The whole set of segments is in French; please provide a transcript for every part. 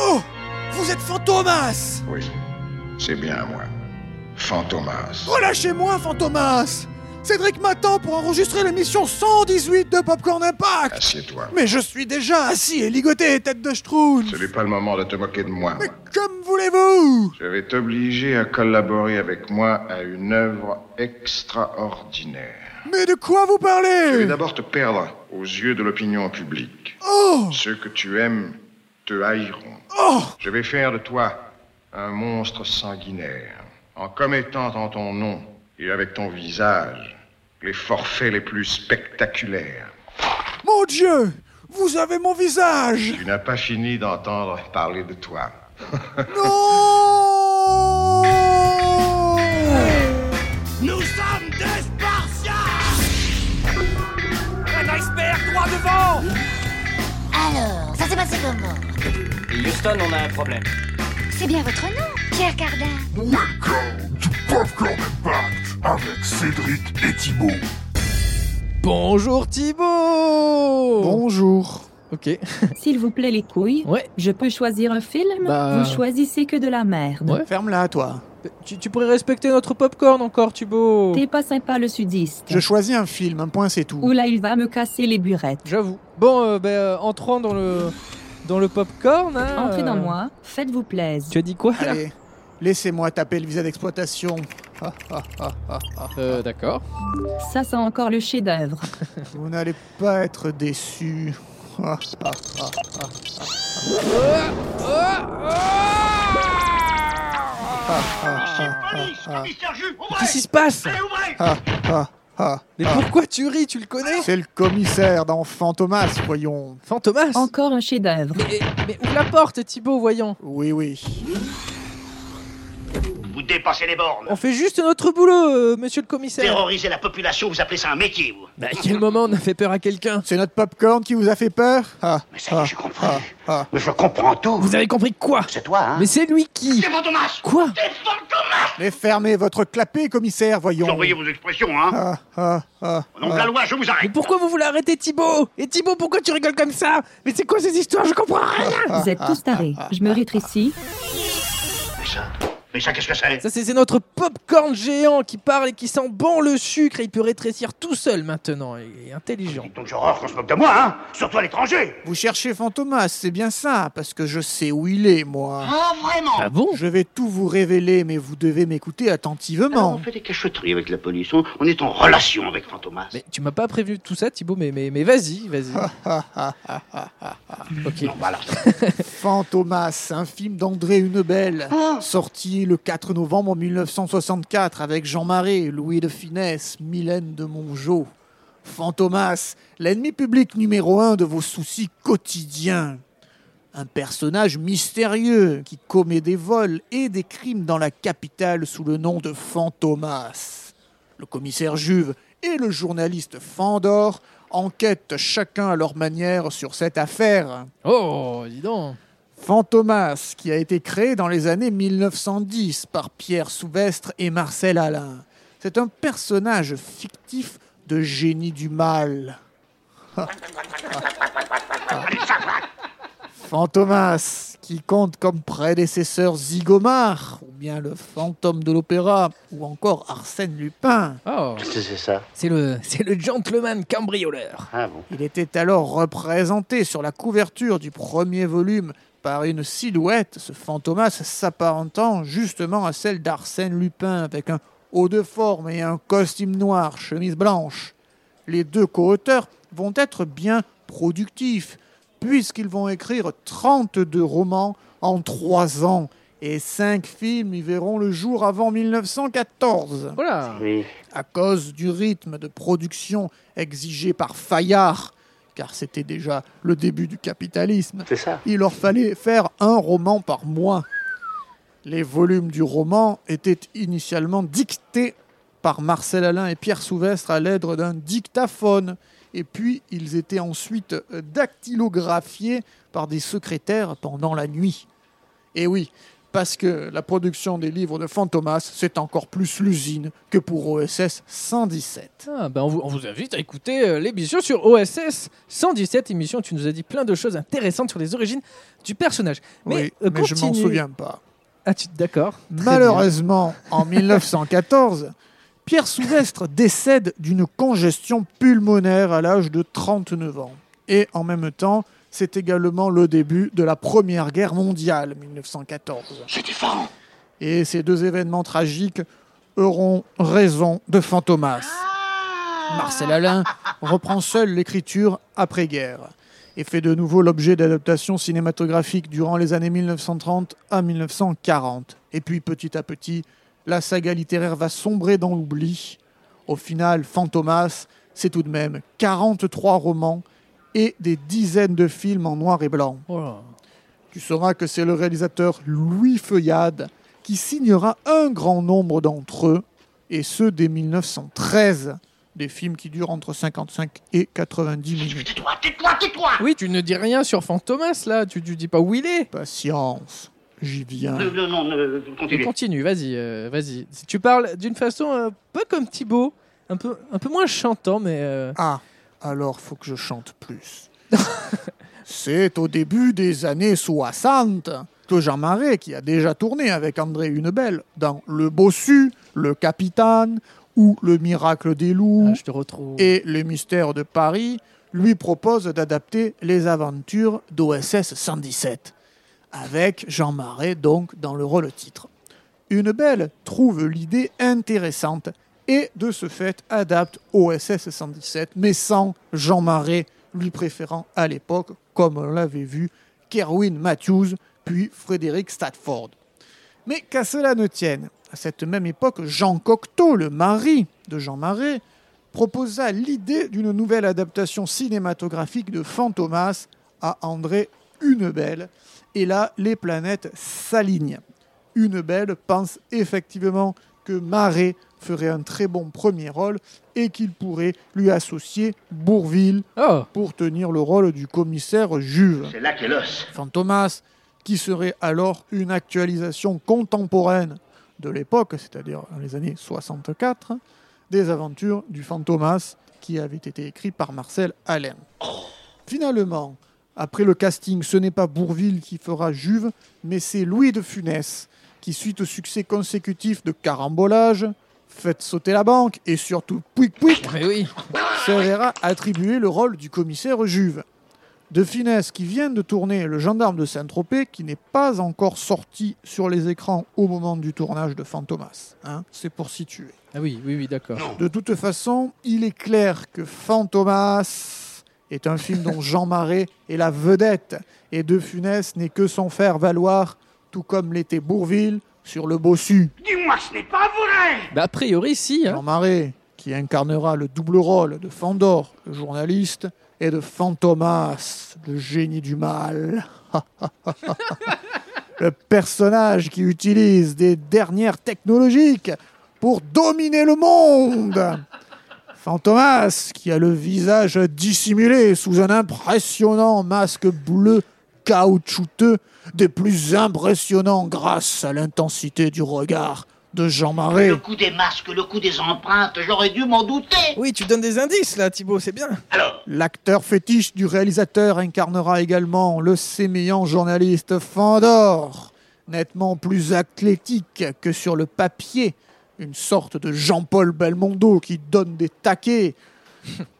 Oh, vous êtes Fantomas Oui, c'est bien moi. Fantomas. Relâchez-moi, Fantomas Cédric m'attend pour enregistrer l'émission 118 de Popcorn Impact Assieds-toi. Mais je suis déjà assis et ligoté, tête de schtroumpf Ce n'est pas le moment de te moquer de moi. Mais comme voulez-vous Je vais t'obliger à collaborer avec moi à une œuvre extraordinaire. Mais de quoi vous Je vais parlez d'abord te perdre aux yeux de l'opinion publique. Oh Ceux que tu aimes te haïront. Oh Je vais faire de toi un monstre sanguinaire, en commettant en ton nom et avec ton visage les forfaits les plus spectaculaires. Mon Dieu Vous avez mon visage Tu n'as pas fini d'entendre parler de toi. Non Nous sommes des Spartiates Un iceberg droit devant Alors, ça s'est passé comment Houston, on a un problème. C'est bien votre nom, Pierre Cardin. Welcome to Popcorn Impact avec Cédric et Thibaut. Bonjour Thibaut Bonjour Ok. S'il vous plaît, les couilles. Ouais. Je peux choisir un film Bah. Vous choisissez que de la merde. Ouais. Ferme-la, toi Tu, tu pourrais respecter notre popcorn encore Thibaut T'es pas sympa le sudiste. Je choisis un film, un point c'est tout. Ou là, il va me casser les burettes. J'avoue. Bon, euh, ben, euh, entrons dans le dans le popcorn. Hein, Entrez euh, dans moi, faites-vous plaisir. Tu as dit quoi là Allez, laissez-moi taper le visa d'exploitation. Ah, ah, ah, ah, ah. Euh, D'accord. Ça sent encore le chef-d'œuvre. Vous n'allez pas être déçus. Ah, ah, ah, ah. Qu'est-ce qui se passe Ah, ah. Mais pourquoi tu ris Tu le connais C'est le commissaire dans Fantomas, voyons. Fantomas Encore un chef-d'œuvre. mais, eh, mais ouvre la porte Thibaut, voyons. Oui, oui. Vous dépassez les bornes. On fait juste notre boulot, euh, monsieur le commissaire. Terroriser la population, vous appelez ça un métier, vous Bah, à quel moment on a fait peur à quelqu'un C'est notre popcorn qui vous a fait peur ah, Mais ça y est, ah, j'ai compris. ah, Mais je comprends tout. Vous avez compris quoi C'est toi, hein Mais c'est lui qui C'est Fantomas Quoi C'est Fantomas ah. Mais fermez votre clapet, commissaire, voyons. Surveillez vos expressions, hein Ah, ah, ah, Au nom de la loi, je vous Mais arrête pourquoi vous voulez arrêter Thibaut Et Thibaut, pourquoi tu rigoles comme ça Mais c'est quoi ces histoires Je comprends rien Vous êtes tous tarés. ah, Je me rétrécis. Mais ça, mais ça qu'est-ce que c'est Ça, c'est c'est notre popcorn géant qui parle et qui sent bon le sucre. Et il peut rétrécir tout seul maintenant. Il est intelligent. Dites donc, j'ai horreur qu'on se moque de moi, hein Surtout à l'étranger Vous cherchez Fantomas, c'est bien ça, parce que je sais où il est, moi. Ah, vraiment Ah bon Je vais tout vous révéler, mais vous devez m'écouter Alors, attentivement. on fait des cacheteries avec la police, on, on est en relation avec Fantomas. Mais tu m'as pas prévenu de tout ça, Thibaut. Mais, mais, mais vas-y, vas-y. ok. Non, bah alors, ça- Fantomas, un film d'André Hunebelle, sorti le 4 novembre 1964 avec Jean Marais, Louis de Finesse, Mylène de Mongeau. Fantomas, l'ennemi public numéro un de vos soucis quotidiens. Un personnage mystérieux qui commet des vols et des crimes dans la capitale sous le nom de Fantomas. Le commissaire Juve et le journaliste Fandor enquêtent chacun à leur manière sur cette affaire. Oh, dis donc. Fantomas, qui a été créé dans les années 1910 par Pierre Souvestre et Marcel Alain. C'est un personnage fictif de génie du mal. Fantomas, qui compte comme prédécesseur Zigomar, ou bien le fantôme de l'opéra, ou encore Arsène Lupin. Oh. Qu'est-ce que c'est ça C'est le, c'est le gentleman cambrioleur. Ah bon Il était alors représenté sur la couverture du premier volume par une silhouette, ce fantomas s'apparentant justement à celle d'Arsène Lupin, avec un haut de forme et un costume noir, chemise blanche. Les deux co-auteurs vont être bien productifs, puisqu'ils vont écrire 32 romans en 3 ans, et 5 films y verront le jour avant 1914 Voilà. Oui. à cause du rythme de production exigé par Fayard, car c'était déjà le début du capitalisme, C'est ça. il leur fallait faire un roman par mois. Les volumes du roman étaient initialement dictés par Marcel Alain et Pierre Souvestre à l'aide d'un dictaphone, et puis ils étaient ensuite dactylographiés par des secrétaires pendant la nuit. Et oui, parce que la production des livres de Fantomas, c'est encore plus l'usine que pour OSS 117. Ah, ben on, vous, on vous invite à écouter euh, l'émission sur OSS 117, émission où tu nous as dit plein de choses intéressantes sur les origines du personnage. Mais, oui, euh, mais je m'en continue. souviens pas. Ah, tu d'accord Très bien. Malheureusement, en 1914, Pierre Souvestre décède d'une congestion pulmonaire à l'âge de 39 ans. Et en même temps, c'est également le début de la Première Guerre mondiale, 1914. C'est différent. Et ces deux événements tragiques auront raison de Fantomas. Marcel Alain reprend seul l'écriture après-guerre et fait de nouveau l'objet d'adaptations cinématographiques durant les années 1930 à 1940. Et puis petit à petit, la saga littéraire va sombrer dans l'oubli. Au final, Fantomas, c'est tout de même 43 romans et des dizaines de films en noir et blanc. Oh là. Tu sauras que c'est le réalisateur Louis Feuillade qui signera un grand nombre d'entre eux, et ceux dès 1913, des films qui durent entre 55 et 90 minutes. Tais-toi, tais-toi, tais-toi Oui, tu ne dis rien sur Fantomas là, tu, tu dis pas où il est. Patience, j'y viens. Non, non, non, ne- continue. Continue, vas-y, euh, vas-y. Si tu parles d'une façon euh, pas comme Thibaut, un peu, un peu moins chantant, mais euh, Ah, alors faut que je chante plus. C'est au début des années 60 que Jean Marais, qui a déjà tourné avec André Hunebelle dans Le Bossu, Le Capitaine ou Le Miracle des Loups, ah, je te retrouve. et les mystères de Paris lui propose d'adapter les aventures d'OSS 117, avec Jean Marais donc dans le rôle titre. Une belle trouve l'idée intéressante et de ce fait adapte OSS 117, mais sans Jean Marais, lui préférant à l'époque, comme on l'avait vu, Kerwin Matthews puis Frédéric Stafford. Mais qu'à cela ne tienne, à cette même époque, Jean Cocteau, le mari de Jean Marais, proposa l'idée d'une nouvelle adaptation cinématographique de Fantomas à André Hunebelle. Et là, les planètes s'alignent. Hunebelle pense effectivement que Marais ferait un très bon premier rôle et qu'il pourrait lui associer Bourville Oh, pour tenir le rôle du commissaire Juve. C'est là qu'est l'os. Fantomas, qui serait alors une actualisation contemporaine de l'époque, c'est-à-dire dans les années 64, des aventures du Fantomas qui avait été écrit par Marcel Alain. Finalement, après le casting, ce n'est pas Bourville qui fera Juve, mais c'est Louis de Funès qui, suite au succès consécutif de Carambolage, Faites sauter la banque et surtout Pouic Pouic, mais oui. se verra attribuer le rôle du commissaire Juve. De Finesse, qui vient de tourner Le Gendarme de Saint-Tropez, qui n'est pas encore sorti sur les écrans au moment du tournage de Fantomas. hein, C'est pour situer. Ah oui, oui, oui, d'accord. De toute façon, il est clair que Fantomas est un film dont Jean Marais est la vedette et De Funès n'est que son faire valoir, tout comme l'était Bourville sur Le Bossu. Dis-moi que ce n'est pas vrai Bah, a priori, si. hein. Jean Marais, qui incarnera le double rôle de Fandor, le journaliste, et de Fantomas, le génie du mal. le personnage qui utilise des dernières technologiques pour dominer le monde. Fantomas, qui a le visage dissimulé sous un impressionnant masque bleu caoutchouteux, des plus impressionnants grâce à l'intensité du regard de Jean Marais. Le coup des masques, le coup des empreintes, j'aurais dû m'en douter Oui, tu donnes des indices là, Thibaut, c'est bien. Alors, L'acteur fétiche du réalisateur incarnera également le sémillant journaliste Fandor, nettement plus athlétique que sur le papier, une sorte de Jean-Paul Belmondo qui donne des taquets.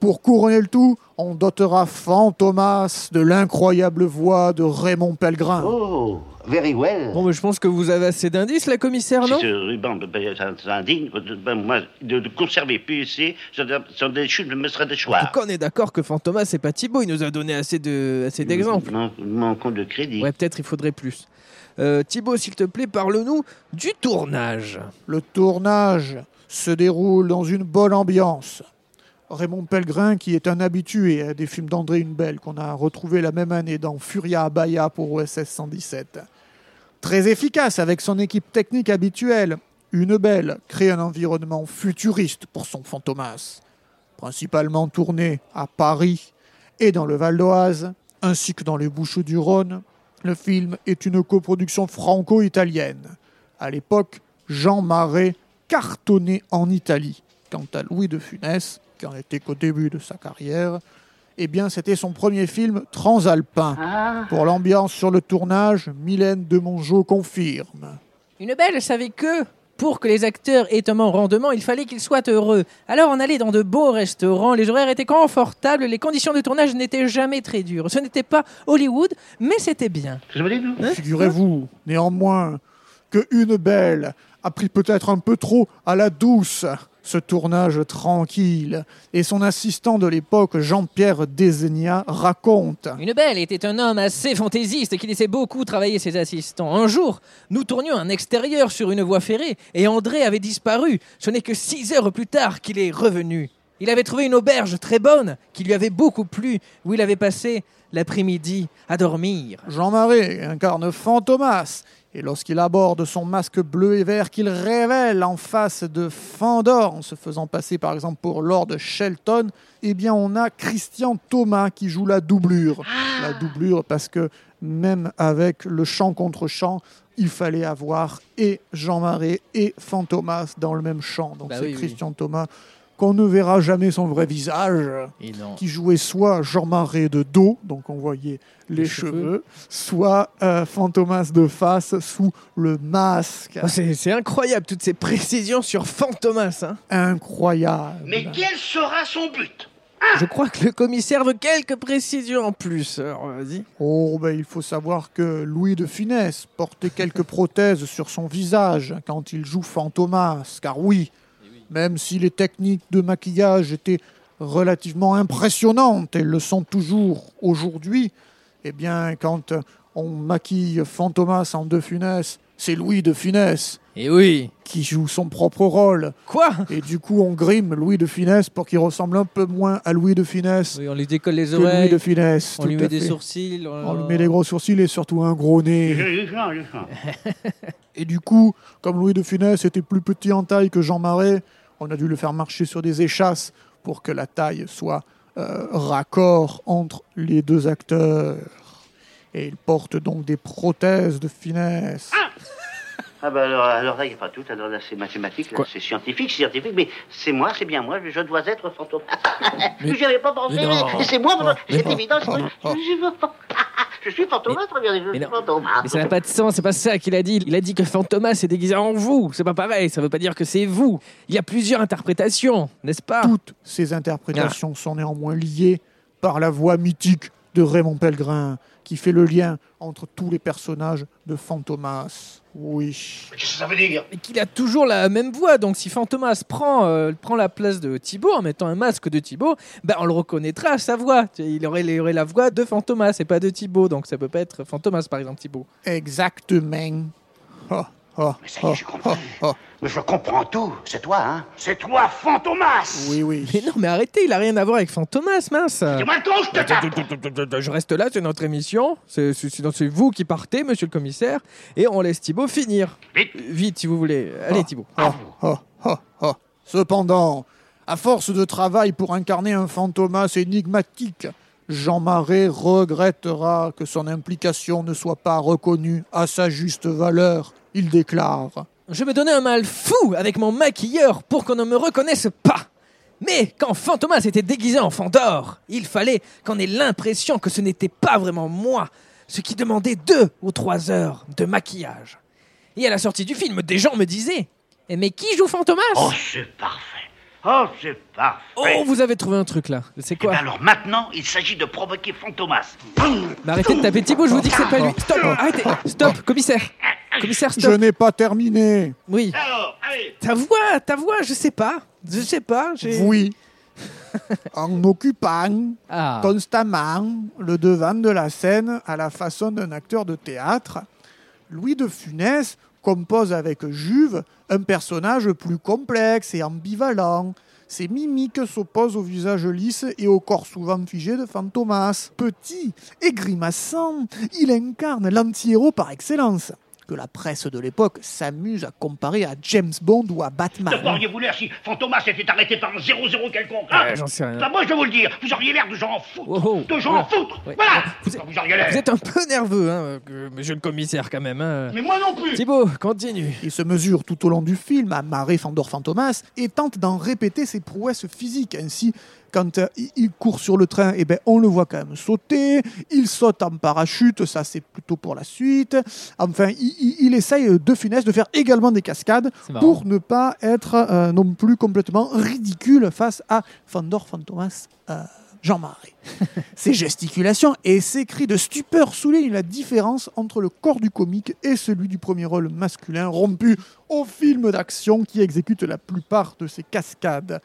Pour couronner le tout, on dotera Fantomas de l'incroyable voix de Raymond Pellegrin. Oh, very well. Bon, bah, je pense que vous avez assez d'indices, la commissaire, non Si ce ruban de ben, ça- ça indigne, de- ben, moi, de, de conserver plus ici, ça, ça des chutes me serait de En choix. tout cas, on est d'accord que Fantomas, c'est pas Thibaut, il nous a donné assez de, assez d'exemples. Mon, mon compte de crédit. Ouais, peut-être il faudrait plus. Euh, Thibaut, s'il te plaît, parle-nous du tournage. Le tournage se déroule dans une bonne ambiance. Raymond Pellegrin, qui est un habitué hein, des films d'André Hunebelle, qu'on a retrouvé la même année dans Furia Abaya pour OSS 117. Très efficace avec son équipe technique habituelle, Hunebelle crée un environnement futuriste pour son Fantomas. Principalement tourné à Paris et dans le Val d'Oise, ainsi que dans les Bouches-du-Rhône, Le film est une coproduction franco-italienne. À l'époque, Jean Marais cartonnait en Italie. Quant à Louis de Funès, qui en était qu'au début de sa carrière, eh bien, c'était son premier film transalpin. Pour l'ambiance sur le tournage, Mylène de Mongeau confirme. Une belle savait que pour que les acteurs aient un bon rendement, il fallait qu'ils soient heureux. Alors on allait dans de beaux restaurants, les horaires étaient confortables, les conditions de tournage n'étaient jamais très dures. Ce n'était pas Hollywood, mais c'était bien. Qu'est-ce que vous voulez, nous Hein Figurez-vous, néanmoins, que une belle a pris peut-être un peu trop à la douce ce tournage tranquille. Et son assistant de l'époque, Jean-Pierre Désénia, raconte. Une belle était un homme assez fantaisiste qui laissait beaucoup travailler ses assistants. Un jour, nous tournions un extérieur sur une voie ferrée et André avait disparu. Ce n'est que six heures plus tard qu'il est revenu. Il avait trouvé une auberge très bonne qui lui avait beaucoup plu, où il avait passé l'après-midi à dormir. Jean Marais incarne Fantomas. Et lorsqu'il aborde son masque bleu et vert qu'il révèle en face de Fandor, en se faisant passer par exemple pour Lord Shelton, eh bien on a Christian Thomas qui joue la doublure. Ah. La doublure parce que même avec le chant contre chant, il fallait avoir et Jean Marais et Fantomas dans le même chant. Donc Bah c'est oui, oui. Christian Thomas qu'on ne verra jamais son vrai visage Et non. qui jouait soit Jean Marais de dos, donc on voyait les, Les cheveux, cheveux. soit euh, Fantomas de face sous le masque. Ah, C'est c'est incroyable toutes ces précisions sur Fantomas. hein. Incroyable. Mais quel sera son but Je crois que le commissaire veut quelques précisions en plus. Alors, vas-y. Oh, ben, il faut savoir que Louis de Funès portait quelques prothèses sur son visage quand il joue Fantomas, car oui, même si les techniques de maquillage étaient relativement impressionnantes, et le sont toujours aujourd'hui, eh bien, quand euh, on maquille Fantomas en de Funès, c'est Louis de Funès Et oui. qui joue son propre rôle. Quoi Et du coup, on grime Louis de Funès pour qu'il ressemble un peu moins à Louis de Funès On lui décolle les que Louis oreilles, de Funès. on lui tout met à des fait. sourcils. euh. On lui met des gros sourcils et surtout un gros nez. Et du coup, comme Louis de Funès était plus petit en taille que Jean Marais, on a dû le faire marcher sur des échasses pour que la taille soit euh, raccord entre les deux acteurs. Et il porte donc des prothèses de finesse. Ah bah alors, alors là, il n'y a pas tout. Alors là, c'est mathématique, là, Quoi c'est scientifique, scientifique. Mais c'est moi, c'est bien moi, je dois être fantôme. Mais- J'y avais pas pensé, mais non. mais c'est moi, Oh, mais c'est non. évident. c'est moi. Je, je- je suis fantôme, très bien, je mais suis non. fantôme. Mais ça n'a pas de sens, c'est pas ça qu'il a dit. Il a dit que Fantomas est déguisé en vous. C'est pas pareil, ça veut pas dire que c'est vous. Il y a plusieurs interprétations, n'est-ce pas Toutes ces interprétations sont néanmoins liées par la voix mythique de Raymond Pellegrin, qui fait le lien entre tous les personnages de Fantomas. Oui. Qu'est-ce que ça veut dire Et qu'il a toujours la même voix. Donc si Fantomas prend, euh, prend la place de Thibaut en mettant un masque de Thibaut, bah, on le reconnaîtra à sa voix. Tu sais, Il aurait, il aurait la voix de Fantomas et pas de Thibaut. Donc ça peut pas être Fantomas par exemple, Thibaut. Exactement. Ah, ah, Mais ça y ah, est, Oh, j'ai compris. ah, ah. Mais je comprends tout, c'est toi, hein C'est toi, Fantomas Oui, oui. Mais non, mais arrêtez, il a rien à voir avec Fantomas, mince. moi le con, je te tape Je reste là, c'est notre émission. C'est c'est- sinon, c'est vous qui partez, monsieur le commissaire. Et on laisse Thibaut finir. Vite. Vite, si vous voulez. Allez, Thibaut. Oh, Ah, ah, ah, ah. Cependant, à force de travail pour incarner un fantomas énigmatique, Jean Marais regrettera que son implication ne soit pas reconnue à sa juste valeur. Il déclare Je me donnais un mal fou avec mon maquilleur pour qu'on ne me reconnaisse pas. Mais quand Fantomas était déguisé en Fandor, il fallait qu'on ait l'impression que ce n'était pas vraiment moi, ce qui demandait deux ou trois heures de maquillage. Et à la sortie du film, des gens me disaient Eh, Mais qui joue Fantomas Oh, c'est parfait Oh, c'est parfait Oh, vous avez trouvé un truc là. C'est Eh ben quoi alors maintenant, il s'agit de provoquer Fantomas. Mais arrêtez de taper Thibaut, je vous dis que c'est pas lui. Stop, arrêtez. Stop, commissaire. Commissaire, Je stop. n'ai pas terminé. Oui. Alors, allez Ta voix, ta voix, je sais pas. Je sais pas. j'ai- Oui. en occupant Ah. constamment le devant de la scène à la façon d'un acteur de théâtre, Louis de Funès compose avec Juve un personnage plus complexe et ambivalent. Ses mimiques s'opposent au visage lisse et au corps souvent figé de Fantomas. Petit et grimaçant, il incarne l'anti-héros par excellence. que la presse de l'époque s'amuse à comparer à James Bond ou à De Batman. quoi auriez-vous l'air si Fantomas s'était arrêté par un 0-0 quelconque hein j'en sais rien. Bah, Moi, je vais vous le dire, vous auriez l'air de gens en foutre Oh, oh, De gens oula. en foutre Ouais. Voilà Vous êtes- Quand vous auriez l'air Vous êtes un peu nerveux, hein, euh, que- monsieur le commissaire, quand même. Hein. Mais moi non plus Thibaut, continue. Il se mesure tout au long du film à marrer Fandor Fantomas et tente d'en répéter ses prouesses physiques. Ainsi, quand euh, il- il court sur le train, eh ben, on le voit quand même sauter. Il saute en parachute, ça c'est plutôt pour la suite. Enfin, il, il- il essaye euh, de finesse de faire également des cascades C'est marrant. pour ne pas être euh, non plus complètement ridicule face à Fandor Fantomas. euh, Jean Marais. ses gesticulations et ses cris de stupeur soulignent la différence entre le corps du comique et celui du premier rôle masculin rompu au film d'action qui exécute la plupart de ses cascades.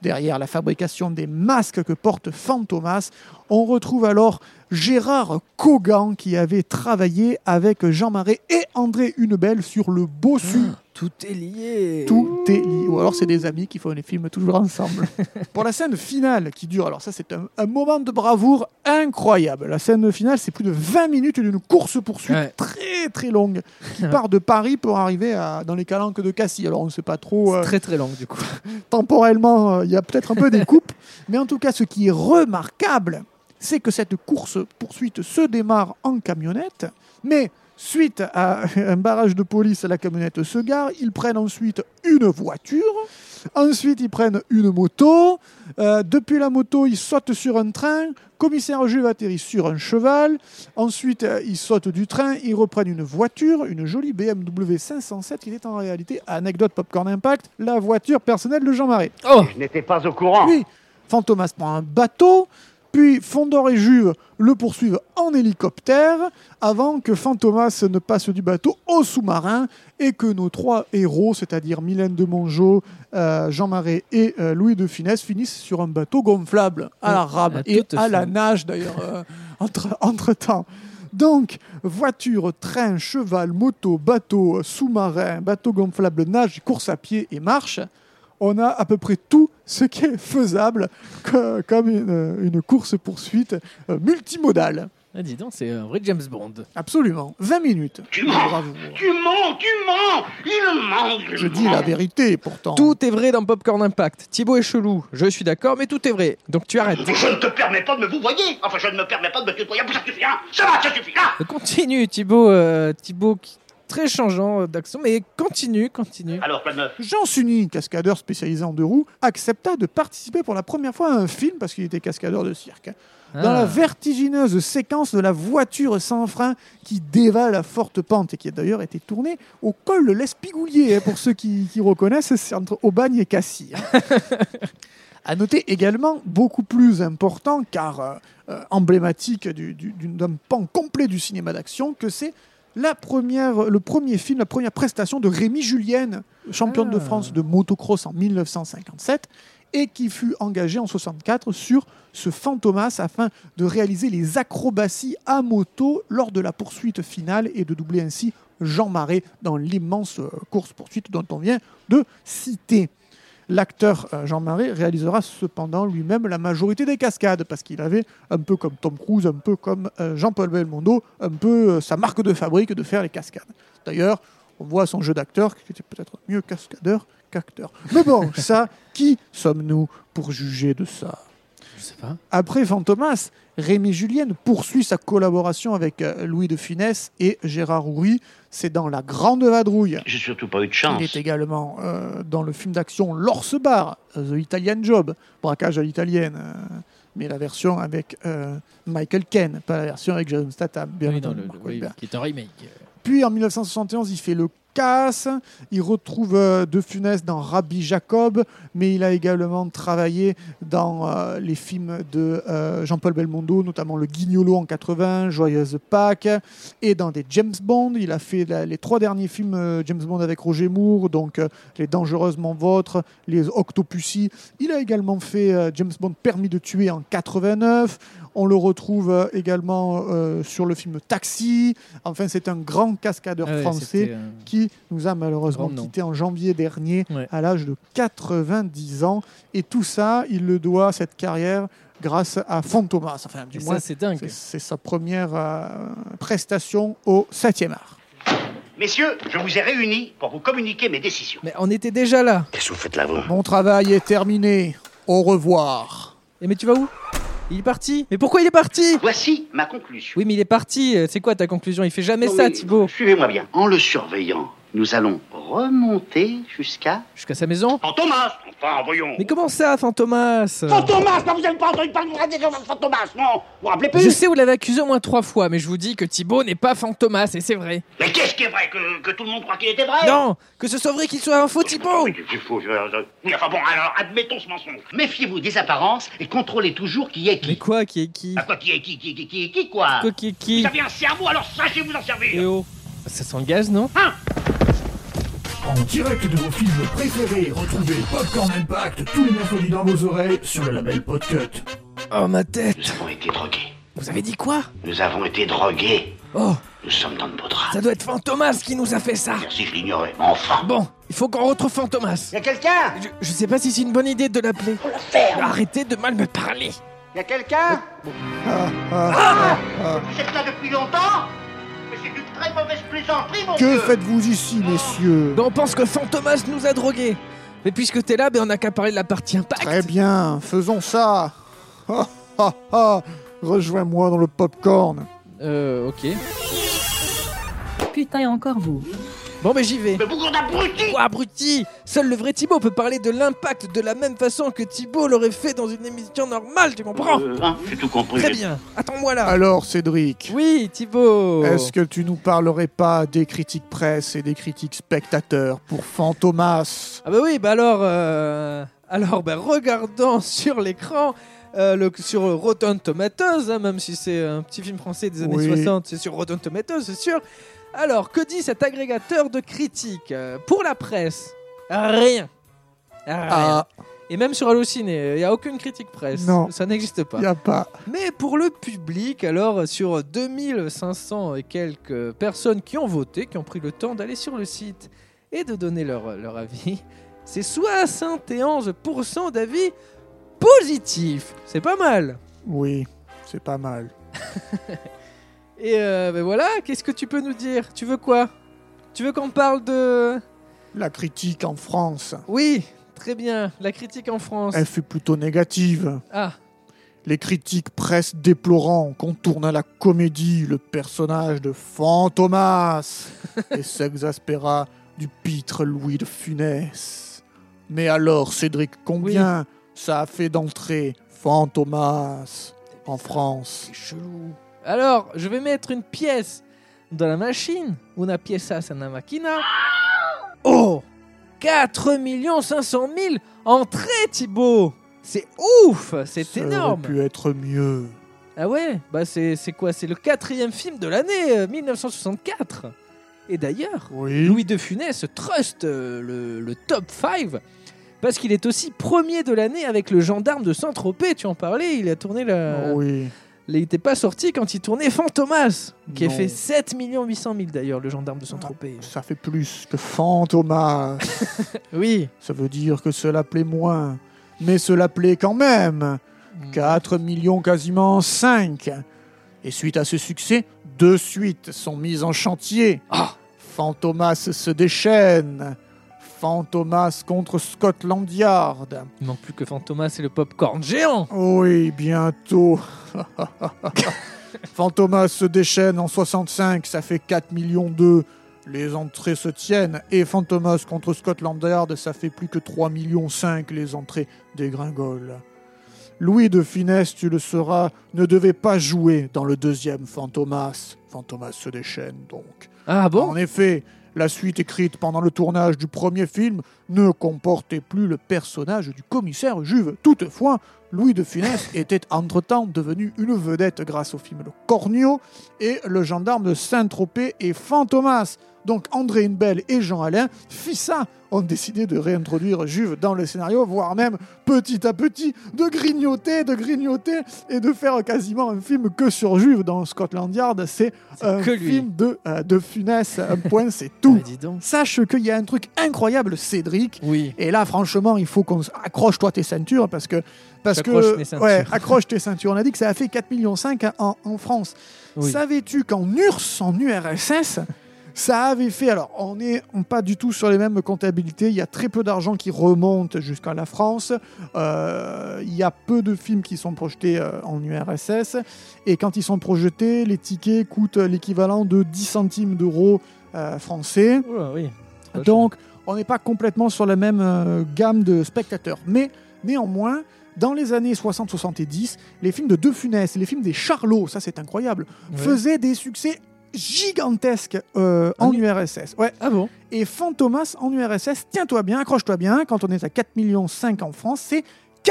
Derrière la fabrication des masques que porte Fantomas, on retrouve alors Gérard Cogan qui avait travaillé avec Jean Marais et André Hunebelle sur le bossu. Tout est lié. Tout est lié. Ou alors c'est des amis qui font des films toujours ensemble. Pour la scène finale qui dure, alors ça c'est un, un moment de bravoure incroyable. La scène finale c'est plus de 20 minutes d'une course-poursuite Ouais. très très longue qui part de Paris pour arriver à, dans les calanques de Cassis. Alors on ne sait pas trop euh, C'est très très long, du coup. temporellement, euh, il y a peut-être un peu des coupes. Mais en tout cas ce qui est remarquable, c'est que cette course-poursuite se démarre en camionnette, mais... Suite à un barrage de police, la camionnette se gare. Ils prennent ensuite une voiture. Ensuite, ils prennent une moto. Euh, depuis la moto, ils sautent sur un train. Commissaire Juve atterrit sur un cheval. Ensuite, euh, ils sautent du train. Ils reprennent une voiture, une jolie BMW 507 qui était en réalité, anecdote Popcorn Impact, la voiture personnelle de Jean Marais. Oh Je n'étais pas au courant. Puis, Fantomas prend un bateau. Puis Fondor et Juve le poursuivent en hélicoptère avant que Fantomas ne passe du bateau au sous-marin et que nos trois héros, c'est-à-dire Mylène de Mongeau, euh, Jean Marais et euh, Louis de Funès, finissent sur un bateau gonflable à la rame à et toute à la fin. nage d'ailleurs euh, entre, temps. Donc, voiture, train, cheval, moto, bateau, euh, sous-marin, bateau gonflable, nage, course à pied et marche on a à peu près tout ce qui est faisable co- comme une, euh, une course-poursuite euh, multimodale. Ah, Dis donc, c'est un vrai James Bond. Absolument. 20 minutes. Tu mens Bravo. Tu mens Tu mens Il ment il Je dis la ment. vérité pourtant. Tout est vrai dans Popcorn Impact. Thibaut est chelou, je suis d'accord, mais tout est vrai. Donc tu arrêtes. Je ne te permets pas de me vous voyez Enfin, je ne me permets pas de me tutoyer Ça suffit, hein Ça va, ça suffit, hein Continue, Thibaut. euh, Thibaut, qui- très changeant euh, d'action, mais continue, continue. Alors, plein de meufs. Jean Sunny, cascadeur spécialisé en deux roues, accepta de participer pour la première fois à un film parce qu'il était cascadeur de cirque. Dans la Ah. vertigineuse séquence de la voiture sans frein qui dévale à forte pente et qui a d'ailleurs été tournée au col de l'Espigoulier, hein, pour ceux qui, qui reconnaissent, c'est entre Aubagne et Cassis. hein. À noter également, beaucoup plus important, car euh, euh, emblématique du- du- d'une- d'un pan complet du cinéma d'action, que c'est la première, le premier film, la première prestation de Rémi Julienne, championne de Ah. France de motocross en 1957, et qui fut engagée en 64 sur ce Fantomas afin de réaliser les acrobaties à moto lors de la poursuite finale et de doubler ainsi Jean Marais dans l'immense euh, course-poursuite dont on vient de citer. L'acteur euh, Jean Marais réalisera cependant lui-même la majorité des cascades, parce qu'il avait, un peu comme Tom Cruise, un peu comme euh, Jean-Paul Belmondo, un peu euh, sa marque de fabrique de faire les cascades. D'ailleurs, on voit son jeu d'acteur, qui était peut-être mieux cascadeur qu'acteur. Mais bon, ça, qui sommes-nous pour juger de ça Je sais pas. après Fantomas, Rémi Julienne poursuit sa collaboration avec euh, Louis de Funès et Gérard Houry. C'est dans La Grande Vadrouille. J'ai surtout pas eu Il de chance. est également euh, dans le film d'action L'Orse Bar, The Italian Job, braquage à l'italienne, euh, mais la version avec euh, Michael Caine, pas la version avec Jason Statham, bien Oui, non, entendu. le- le- Mark oui, Wahlberg. qui est un remake. Puis en 1971, il fait le casse, il retrouve euh, De Funès dans Rabbi Jacob, mais il a également travaillé dans euh, les films de euh, Jean-Paul Belmondo, notamment Le Guignolo en 80, Joyeuse Pâques, et dans des James Bond. Il a fait la- les trois derniers films euh, James Bond avec Roger Moore, donc euh, Les Dangereusement Vôtres, Les Octopussy. Il a également fait euh, James Bond Permis de tuer en 89. On le retrouve euh, également euh, sur le film Taxi. Enfin, c'est un grand cascadeur Ah ouais, français c'était, euh, qui nous a malheureusement Grand nom. quitté en janvier dernier Oh Ouais. à l'âge de 90 ans. Et tout ça, il le doit, cette carrière, grâce à Fantomas. Enfin, du et moins, ça, c'est dingue. c'est c'est sa première euh, prestation au 7e art. Messieurs, je vous ai réunis pour vous communiquer mes décisions. Mais on était déjà là. Qu'est-ce que vous faites là, vous Mon travail est terminé. Au revoir. Et mais tu vas où Il est parti. Mais pourquoi il est parti Voici ma conclusion. Oui, mais il est parti. Euh, C'est quoi ta conclusion Il fait jamais Non, ça, mais Thibaut. Suivez-moi bien. En le surveillant, nous allons remonter jusqu'à... Jusqu'à sa maison. Fantomas Enfin, voyons Mais comment ça, Fantomas Fantomas Non, vous n'avez pas entendu parler de Fantomas, non Vous vous rappelez Je plus sais, vous l'avez accusé au moins trois fois, mais je vous dis que Thibaut n'est pas Fantomas, et c'est vrai. Mais qu'est-ce qui est vrai que, que tout le monde croit qu'il était vrai Non Que ce soit vrai qu'il soit un faux Thibaut Oui, c'est faux, je- je- Oui, enfin bon, alors admettons ce mensonge. Méfiez-vous des apparences et contrôlez toujours qui est Mais qui. quoi, qui est qui À quoi qui est qui, qui, qui, qui est qui, quoi Quoi, qui est qui Vous avez un cerveau, alors sachez vous en servir Eh oh Ça sent le gaz, non En direct de vos films préférés, retrouvez Popcorn Impact tous les mercredis dans vos oreilles sur le label Podcut. Oh, ma tête Nous avons été drogués. Vous avez dit quoi Nous avons été drogués. Oh, Nous sommes dans de beaux draps. ça doit être Fantomas qui nous a fait ça Merci, je l'ignorais. Enfin Bon, il faut qu'on retrouve Fantomas. Y a quelqu'un Je, je sais pas si c'est une bonne idée de l'appeler. Arrêtez de mal me parler Y a quelqu'un Ah Vous êtes là depuis longtemps Mais c'est une très mauvaise plaisanterie, mon Que Dieu faites-vous ici, messieurs Ben, on pense que Fantomas nous a drogués Mais puisque t'es là, ben, on n'a qu'à parler de la partie impact Très bien, faisons ça. Ha, ha, ha. Rejoins-moi dans le popcorn. Euh, ok. Putain, encore vous. Bon, ben j'y vais Mais bougre d'abruti Oh, abruti Seul le vrai Thibaut peut parler de l'impact de la même façon que Thibaut l'aurait fait dans une émission normale, tu comprends Euh, hein, J'ai tout compris. Très bien, attends-moi là Alors, Cédric, Oui, Thibaut est-ce que tu nous parlerais pas des critiques presse et des critiques spectateurs pour Fantomas Ah bah oui, bah alors... euh, Alors, bah regardons sur l'écran... euh, le, sur Rotten Tomatoes, hein, même si c'est un petit film français des années Oui. 60, c'est sur Rotten Tomatoes, c'est sûr. Alors, que dit cet agrégateur de critiques Euh, Pour la presse, rien. Rien. Ah, Et même sur Allociné, il n'y a aucune critique presse. Non. Ça n'existe pas. Ah, y a pas. Mais pour le public, alors, sur 2500 et quelques personnes qui ont voté, qui ont pris le temps d'aller sur le site et de donner leur, leur avis, c'est 71% d'avis positifs. C'est pas mal. Oui, c'est pas mal. Et euh, ben voilà, qu'est-ce que tu peux nous dire Tu veux quoi Tu veux qu'on parle de... La critique en France, Oui, très bien, la critique en France. elle fut plutôt négative. Ah, Les critiques presse déplorant qu'on tourne à la comédie le personnage de Fantomas et s'exaspéra du pitre Louis de Funès. Mais alors, Cédric, combien ça a fait d'entrée Fantomas en France chelou. Alors, je vais mettre une pièce dans la machine. Una pieza en la máquina. Oh 4 500 000 entrées, Thibaut C'est ouf C'est Ça énorme aurait pu être mieux. Ah ouais Bah c'est c'est quoi C'est le quatrième film de l'année euh, 1964 Et d'ailleurs, Oui. Louis de Funès trust euh, le, le top 5 parce qu'il est aussi premier de l'année avec le gendarme de Saint-Tropez, tu en parlais, il a tourné la, Oui. il n'était pas sorti quand il tournait Fantomas, qui a Non. fait 7 800 000 d'ailleurs, le gendarme de Saint-Tropez. Ça fait plus que Fantomas. Oui. Ça veut dire que cela plaît moins. Mais cela plaît quand même. Mm. 4 millions, quasiment 5. Et suite à ce succès, deux suites sont mises en chantier. Ah. Fantomas se déchaîne. Fantomas contre Scotland Yard. Il manque plus que Fantomas et le popcorn géant. Oui, bientôt. Fantomas se déchaîne en 65, ça fait 4 millions 2. Les entrées se tiennent et Fantomas contre Scotland Yard, ça fait plus que 3 millions 5 les entrées dégringolent. Louis de Finesse, tu le sauras, ne devait pas jouer dans le deuxième Fantomas. Fantomas se déchaîne donc. Ah bon En effet, la suite écrite pendant le tournage du premier film ne comportait plus le personnage du commissaire Juve. Toutefois, Louis de Funès était entre-temps devenu une vedette grâce au film Le Cornio et Le gendarme de Saint-Tropez et Fantomas. Donc André Hunebelle et Jean Alain Fissa ont décidé de réintroduire Juve dans le scénario, voire même petit à petit de grignoter, de grignoter et de faire quasiment un film que sur Juve dans Scotland Yard. C'est un que lui. film de, euh, de Funès. Un point, c'est tout. Ah, dis donc. Sache qu'il y a un truc incroyable, Cédric. Oui. Et là, franchement, il faut qu'on s- accroche-toi tes ceintures parce que parce J'accroche que mes ceintures. ouais, accroche tes ceintures. On a dit que ça a fait 4 millions en, en France. Oui. Savais-tu qu'en URSS, en URSS, Ça avait fait, alors on n'est pas du tout sur les mêmes comptabilités, il y a très peu d'argent qui remonte jusqu'à la France, Euh, il y a peu de films qui sont projetés euh, en URSS, et quand ils sont projetés, les tickets coûtent l'équivalent de 10 centimes d'euros euh, français. Oula, oui. Donc, on n'est pas complètement sur la même euh, gamme de spectateurs. Mais néanmoins, dans les années 60-70, les films de De Funès, les films des Charlots, ça c'est incroyable, Ouais. faisaient des succès gigantesques euh, en En U- URSS. Ouais. Ah bon Et Fantomas en URSS, tiens-toi bien, accroche-toi bien, quand on est à 4,5 millions en France, c'est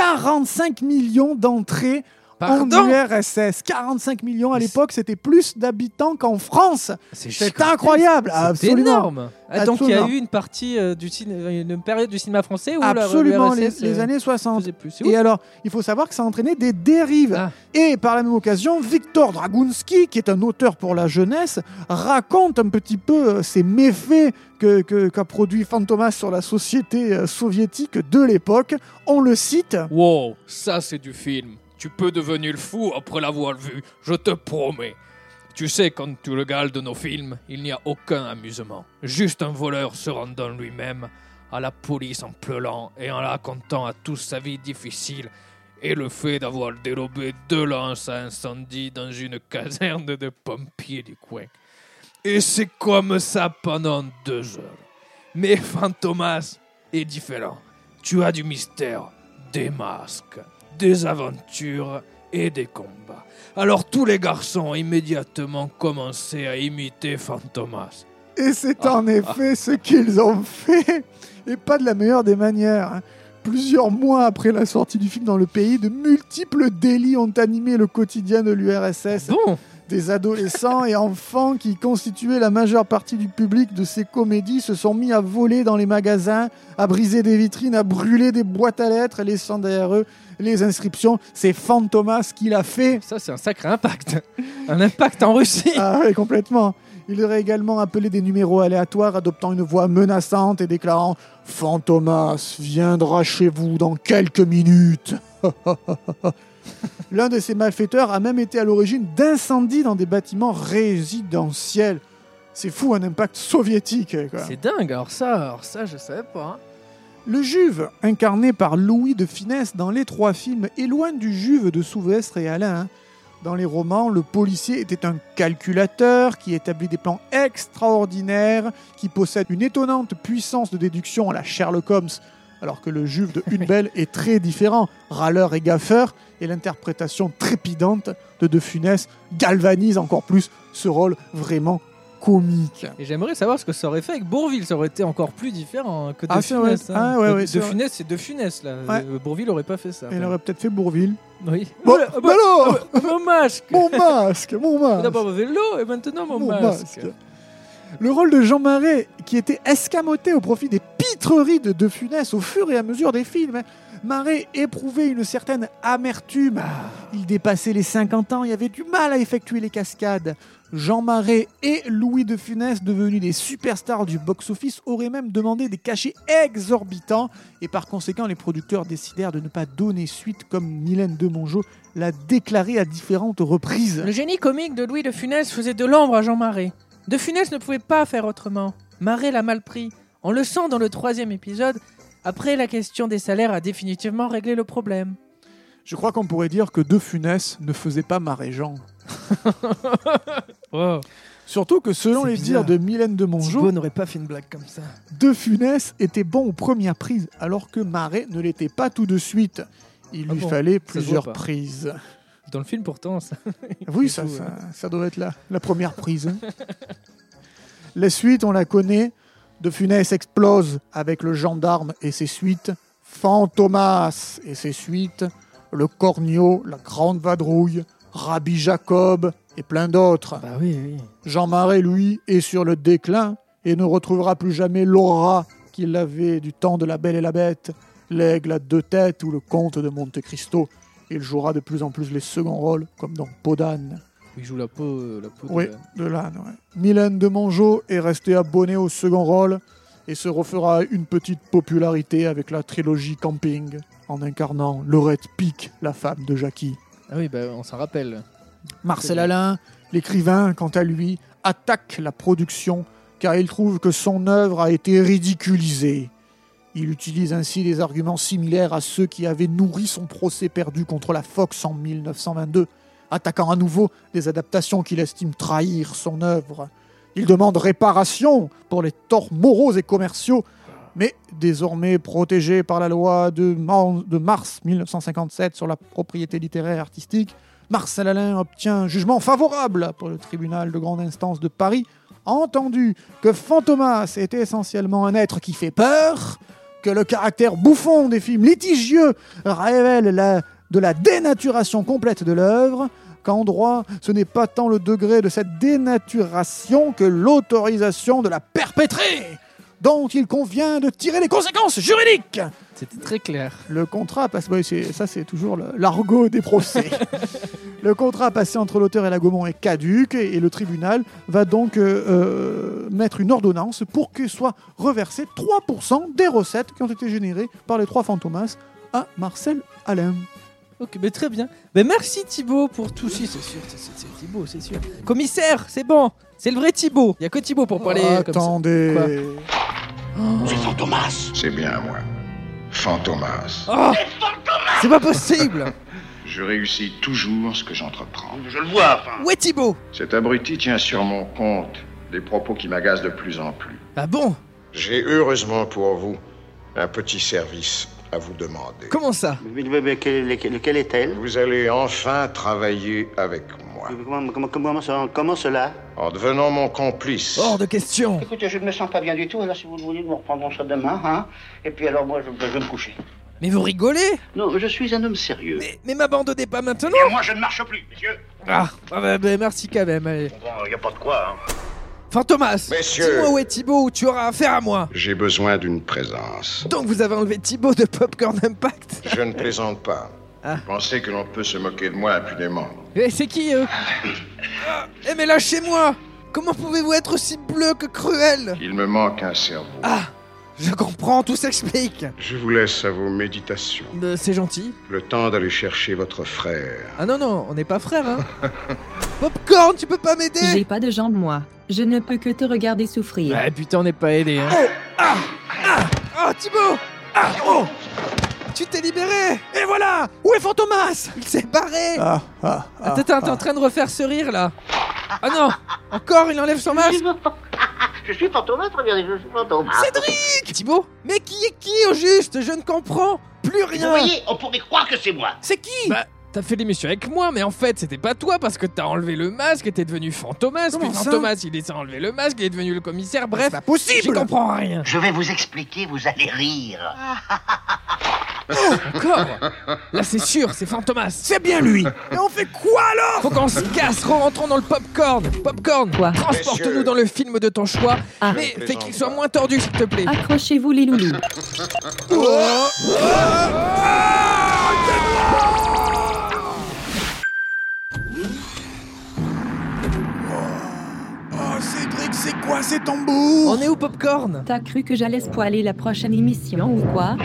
45 millions d'entrées en Pardon URSS. 45 millions à Mais l'époque, c'était plus d'habitants qu'en France. C'est gigantesque. incroyable, C'est absolument. énorme. Ah, donc il y a Absolument. eu une partie euh, du ciné- une période du cinéma français où la- Absolument, le les, RSS, les euh, années 60. faisait plus. C'est Et ouf. alors, il faut savoir que ça a entraîné des dérives. Ah. Et par la même occasion, Victor Dragunski, qui est un auteur pour la jeunesse, raconte un petit peu euh, ces méfaits que- que- qu'a produit Fantomas sur la société euh, soviétique de l'époque. On le cite. Wow, ça c'est du film. Tu peux devenir fou après l'avoir vu, je te promets. Tu sais, quand tu regardes nos films, il n'y a aucun amusement. Juste un voleur se rendant lui-même à la police en pleurant et en racontant à tous sa vie difficile et le fait d'avoir dérobé deux lances à incendie dans une caserne de pompiers du coin. Et c'est comme ça pendant deux heures. Mais Fantomas est différent. Tu as du mystère, des masques, des aventures et des combats. Alors tous les garçons ont immédiatement commencé à imiter Fantomas. Et c'est Ah. en effet ce qu'ils ont fait, et pas de la meilleure des manières. hein. Plusieurs mois après la sortie du film dans le pays, de multiples délits ont animé le quotidien de l'URSS. Bon, Des adolescents et enfants qui constituaient la majeure partie du public de ces comédies se sont mis à voler dans les magasins, à briser des vitrines, à brûler des boîtes à lettres, laissant derrière eux les inscriptions. C'est Fantomas qui l'a fait. ça c'est un sacré impact. un impact en Russie. Ah oui, complètement. Il aurait également appelé des numéros aléatoires adoptant une voix menaçante et déclarant Fantomas viendra chez vous dans quelques minutes. L'un de ces malfaiteurs a même été à l'origine d'incendies dans des bâtiments résidentiels. C'est fou, un impact soviétique. quoi. C'est dingue, alors ça, alors ça je savais pas. hein. Le Juve, incarné par Louis de Finesse dans les trois films, éloigne du Juve de Souvestre et Alain. hein. Dans les romans, le policier était un calculateur qui établit des plans extraordinaires, qui possède une étonnante puissance de déduction à la Sherlock Holmes, alors que le Juve de Hunebelle est très différent, râleur et gaffeur, et l'interprétation trépidante de De Funès galvanise encore plus ce rôle vraiment comique. Et j'aimerais savoir ce que ça aurait fait avec Bourville, ça aurait été encore plus différent hein, que De Ah, c'est vrai. Funès. hein. Ah, ouais, de, ouais, De c'est vrai. Funès, c'est De Funès là. Ouais. Euh, Bourville aurait pas fait ça. Elle aurait peut-être fait Bourville. Oui. Bon, Oula, ah bah, bah alors ah bah, mon masque. Mon masque Mon masque D'abord mon vélo et maintenant mon, Mon masque. masque. Le rôle de Jean Marais, qui était escamoté au profit des pitreries de De Funès au fur et à mesure des films, hein. Marais éprouvait une certaine amertume. Il dépassait les 50 ans, il avait du mal à effectuer les cascades. Jean Marais et Louis de Funès, devenus des superstars du box-office, auraient même demandé des cachets exorbitants. Et par conséquent, les producteurs décidèrent de ne pas donner suite, comme Mylène de Mongeau l'a déclaré à différentes reprises. Le génie comique de Louis de Funès faisait de l'ombre à Jean Marais. De Funès ne pouvait pas faire autrement. Marais l'a mal pris. On le sent dans le troisième épisode. Après, la question des salaires a définitivement réglé le problème. Je crois qu'on pourrait dire que De Funès ne faisait pas marais Jean. Surtout que selon C'est les bizarre. dires de Mylène de Mongeau, n'aurait pas fait une blague comme ça. De Funès était bon aux premières prises, alors que Marais ne l'était pas tout de suite. Il Ah lui bon, fallait se voit plusieurs pas. prises. Dans le film, pourtant, ça. Oui, C'est ça, tout, ça, ça doit être la, la première prise. hein. la suite, on la connaît. De Funès explose avec le gendarme et ses suites, Fantomas et ses suites, le Cornio, la Grande Vadrouille, Rabbi Jacob et plein d'autres. Bah oui, oui. Jean Marais, lui, est sur le déclin et ne retrouvera plus jamais l'aura qu'il avait du temps de la Belle et la Bête, l'Aigle à deux têtes ou le Comte de Monte Cristo. Il jouera de plus en plus les seconds rôles, comme dans Podane. Il joue la peau, euh, la peau de- Oui, de l'âne, ouais. Mylène de Mongeau est restée abonnée au second rôle et se refera une petite popularité avec la trilogie Camping, en incarnant Laurette Pic, la femme de Jackie. Ah oui, bah on s'en rappelle. Marcel C'est bien. Alain, l'écrivain, quant à lui, attaque la production car il trouve que son œuvre a été ridiculisée. Il utilise ainsi des arguments similaires à ceux qui avaient nourri son procès perdu contre la Fox en 1922, attaquant à nouveau des adaptations qu'il estime trahir son œuvre. Il demande réparation pour les torts moraux et commerciaux, mais désormais protégé par la loi de, man- de mars 1957 sur la propriété littéraire et artistique, Marcel Alain obtient un jugement favorable pour le tribunal de grande instance de Paris, entendu que Fantomas est essentiellement un être qui fait peur, que le caractère bouffon des films litigieux révèle la- de la dénaturation complète de l'œuvre, qu'en droit, ce n'est pas tant le degré de cette dénaturation que l'autorisation de la perpétrer, dont il convient de tirer les conséquences juridiques. C'était très clair. Le contrat passe. ouais, c'est- ça, c'est toujours le- l'argot des procès. le contrat passé entre l'auteur et la Gaumont est caduque et, et le tribunal va donc euh, euh, mettre une ordonnance pour que soit reversé 3% des recettes qui ont été générées par les trois fantomas à Marcel Alain. Ok, mais très bien. Mais merci Thibaut pour tout. Si, c'est sûr, c'est- c'est c'est Thibaut, c'est sûr. Commissaire, c'est bon. C'est le vrai Thibaut. Il n'y a que Thibaut pour parler. comme ça. Attendez. Quoi C'est Fantomas C'est bien, moi. Fantomas. Oh C'est pas possible Je réussis toujours ce que j'entreprends. Je le vois, enfin. Où est Thibaut Cet abruti tient sur mon compte des propos qui m'agacent de plus en plus. Ah bon J'ai heureusement pour vous un petit service à vous demander. Comment ça Mais, mais- mais quel, lequel lequel est-elle Vous allez enfin travailler avec moi. comment, comment- comment ça- comment cela En devenant mon complice. Hors de question. Écoutez, je ne me sens pas bien du tout. Alors, si vous le voulez, nous reprendrons ça demain, hein. Et puis, alors, moi, je, je vais me coucher. Mais vous rigolez Non, je suis un homme sérieux. Mais, mais m'abandonnez pas maintenant Et moi, je ne marche plus, monsieur. Ah, ah bah, bah, merci quand même. allez. Bon, il n'y a pas de quoi, hein. Fantomas Messieurs. Dis-moi où est Thibaut ou tu auras affaire à moi J'ai besoin d'une présence. Donc vous avez enlevé Thibaut de Popcorn Impact Je ne plaisante pas. Vous pensez que l'on peut se moquer de moi impunément. Eh, c'est qui eux Ah, Eh mais lâchez-moi Comment pouvez-vous être aussi bleu que cruel Il me manque un cerveau. Ah Je comprends, tout s'explique Je vous laisse à vos méditations. Euh, C'est gentil. Le temps d'aller chercher votre frère. Ah non, non, on n'est pas frères, hein Popcorn, tu peux pas m'aider J'ai pas de jambes, moi. Je ne peux que te regarder souffrir. Ah putain, on n'est pas aidé, hein Ah, Thibaut Ah, oh Tu t'es libéré Et voilà Où est Fantomas Il s'est barré Ah, ah, ah, Attends, attends, t'es ah. en train de refaire ce rire là. Ah non Encore, il enlève son masque Je suis Fantomas, très bien, je suis Fantomas. Cédric Thibaut Mais qui est qui au juste Je ne comprends plus Vous rien voyez, on pourrait croire que c'est moi. C'est qui Bah, t'as fait l'émission avec moi, mais en fait, c'était pas toi parce que t'as enlevé le masque et t'es devenu Fantomas. Comment puis ça Fantomas, il est enlevé le masque, il est devenu le commissaire. Bref, Bah, C'est pas j'y possible comprends rien. Je vais vous expliquer, vous allez rire. Encore Là, c'est sûr, c'est Fantomas. C'est bien lui Et on fait quoi alors Faut qu'on se casse, rentrons dans le popcorn. Popcorn, Quoi transporte-nous Messieurs. dans le film de ton choix, Ah. mais Je fais plaisante qu'il soit pas. moins tordu, s'il te plaît. Accrochez-vous les loulous. Oh Cédric, c'est quoi ces tambours On est où Popcorn T'as cru que j'allais spoiler la prochaine émission ou quoi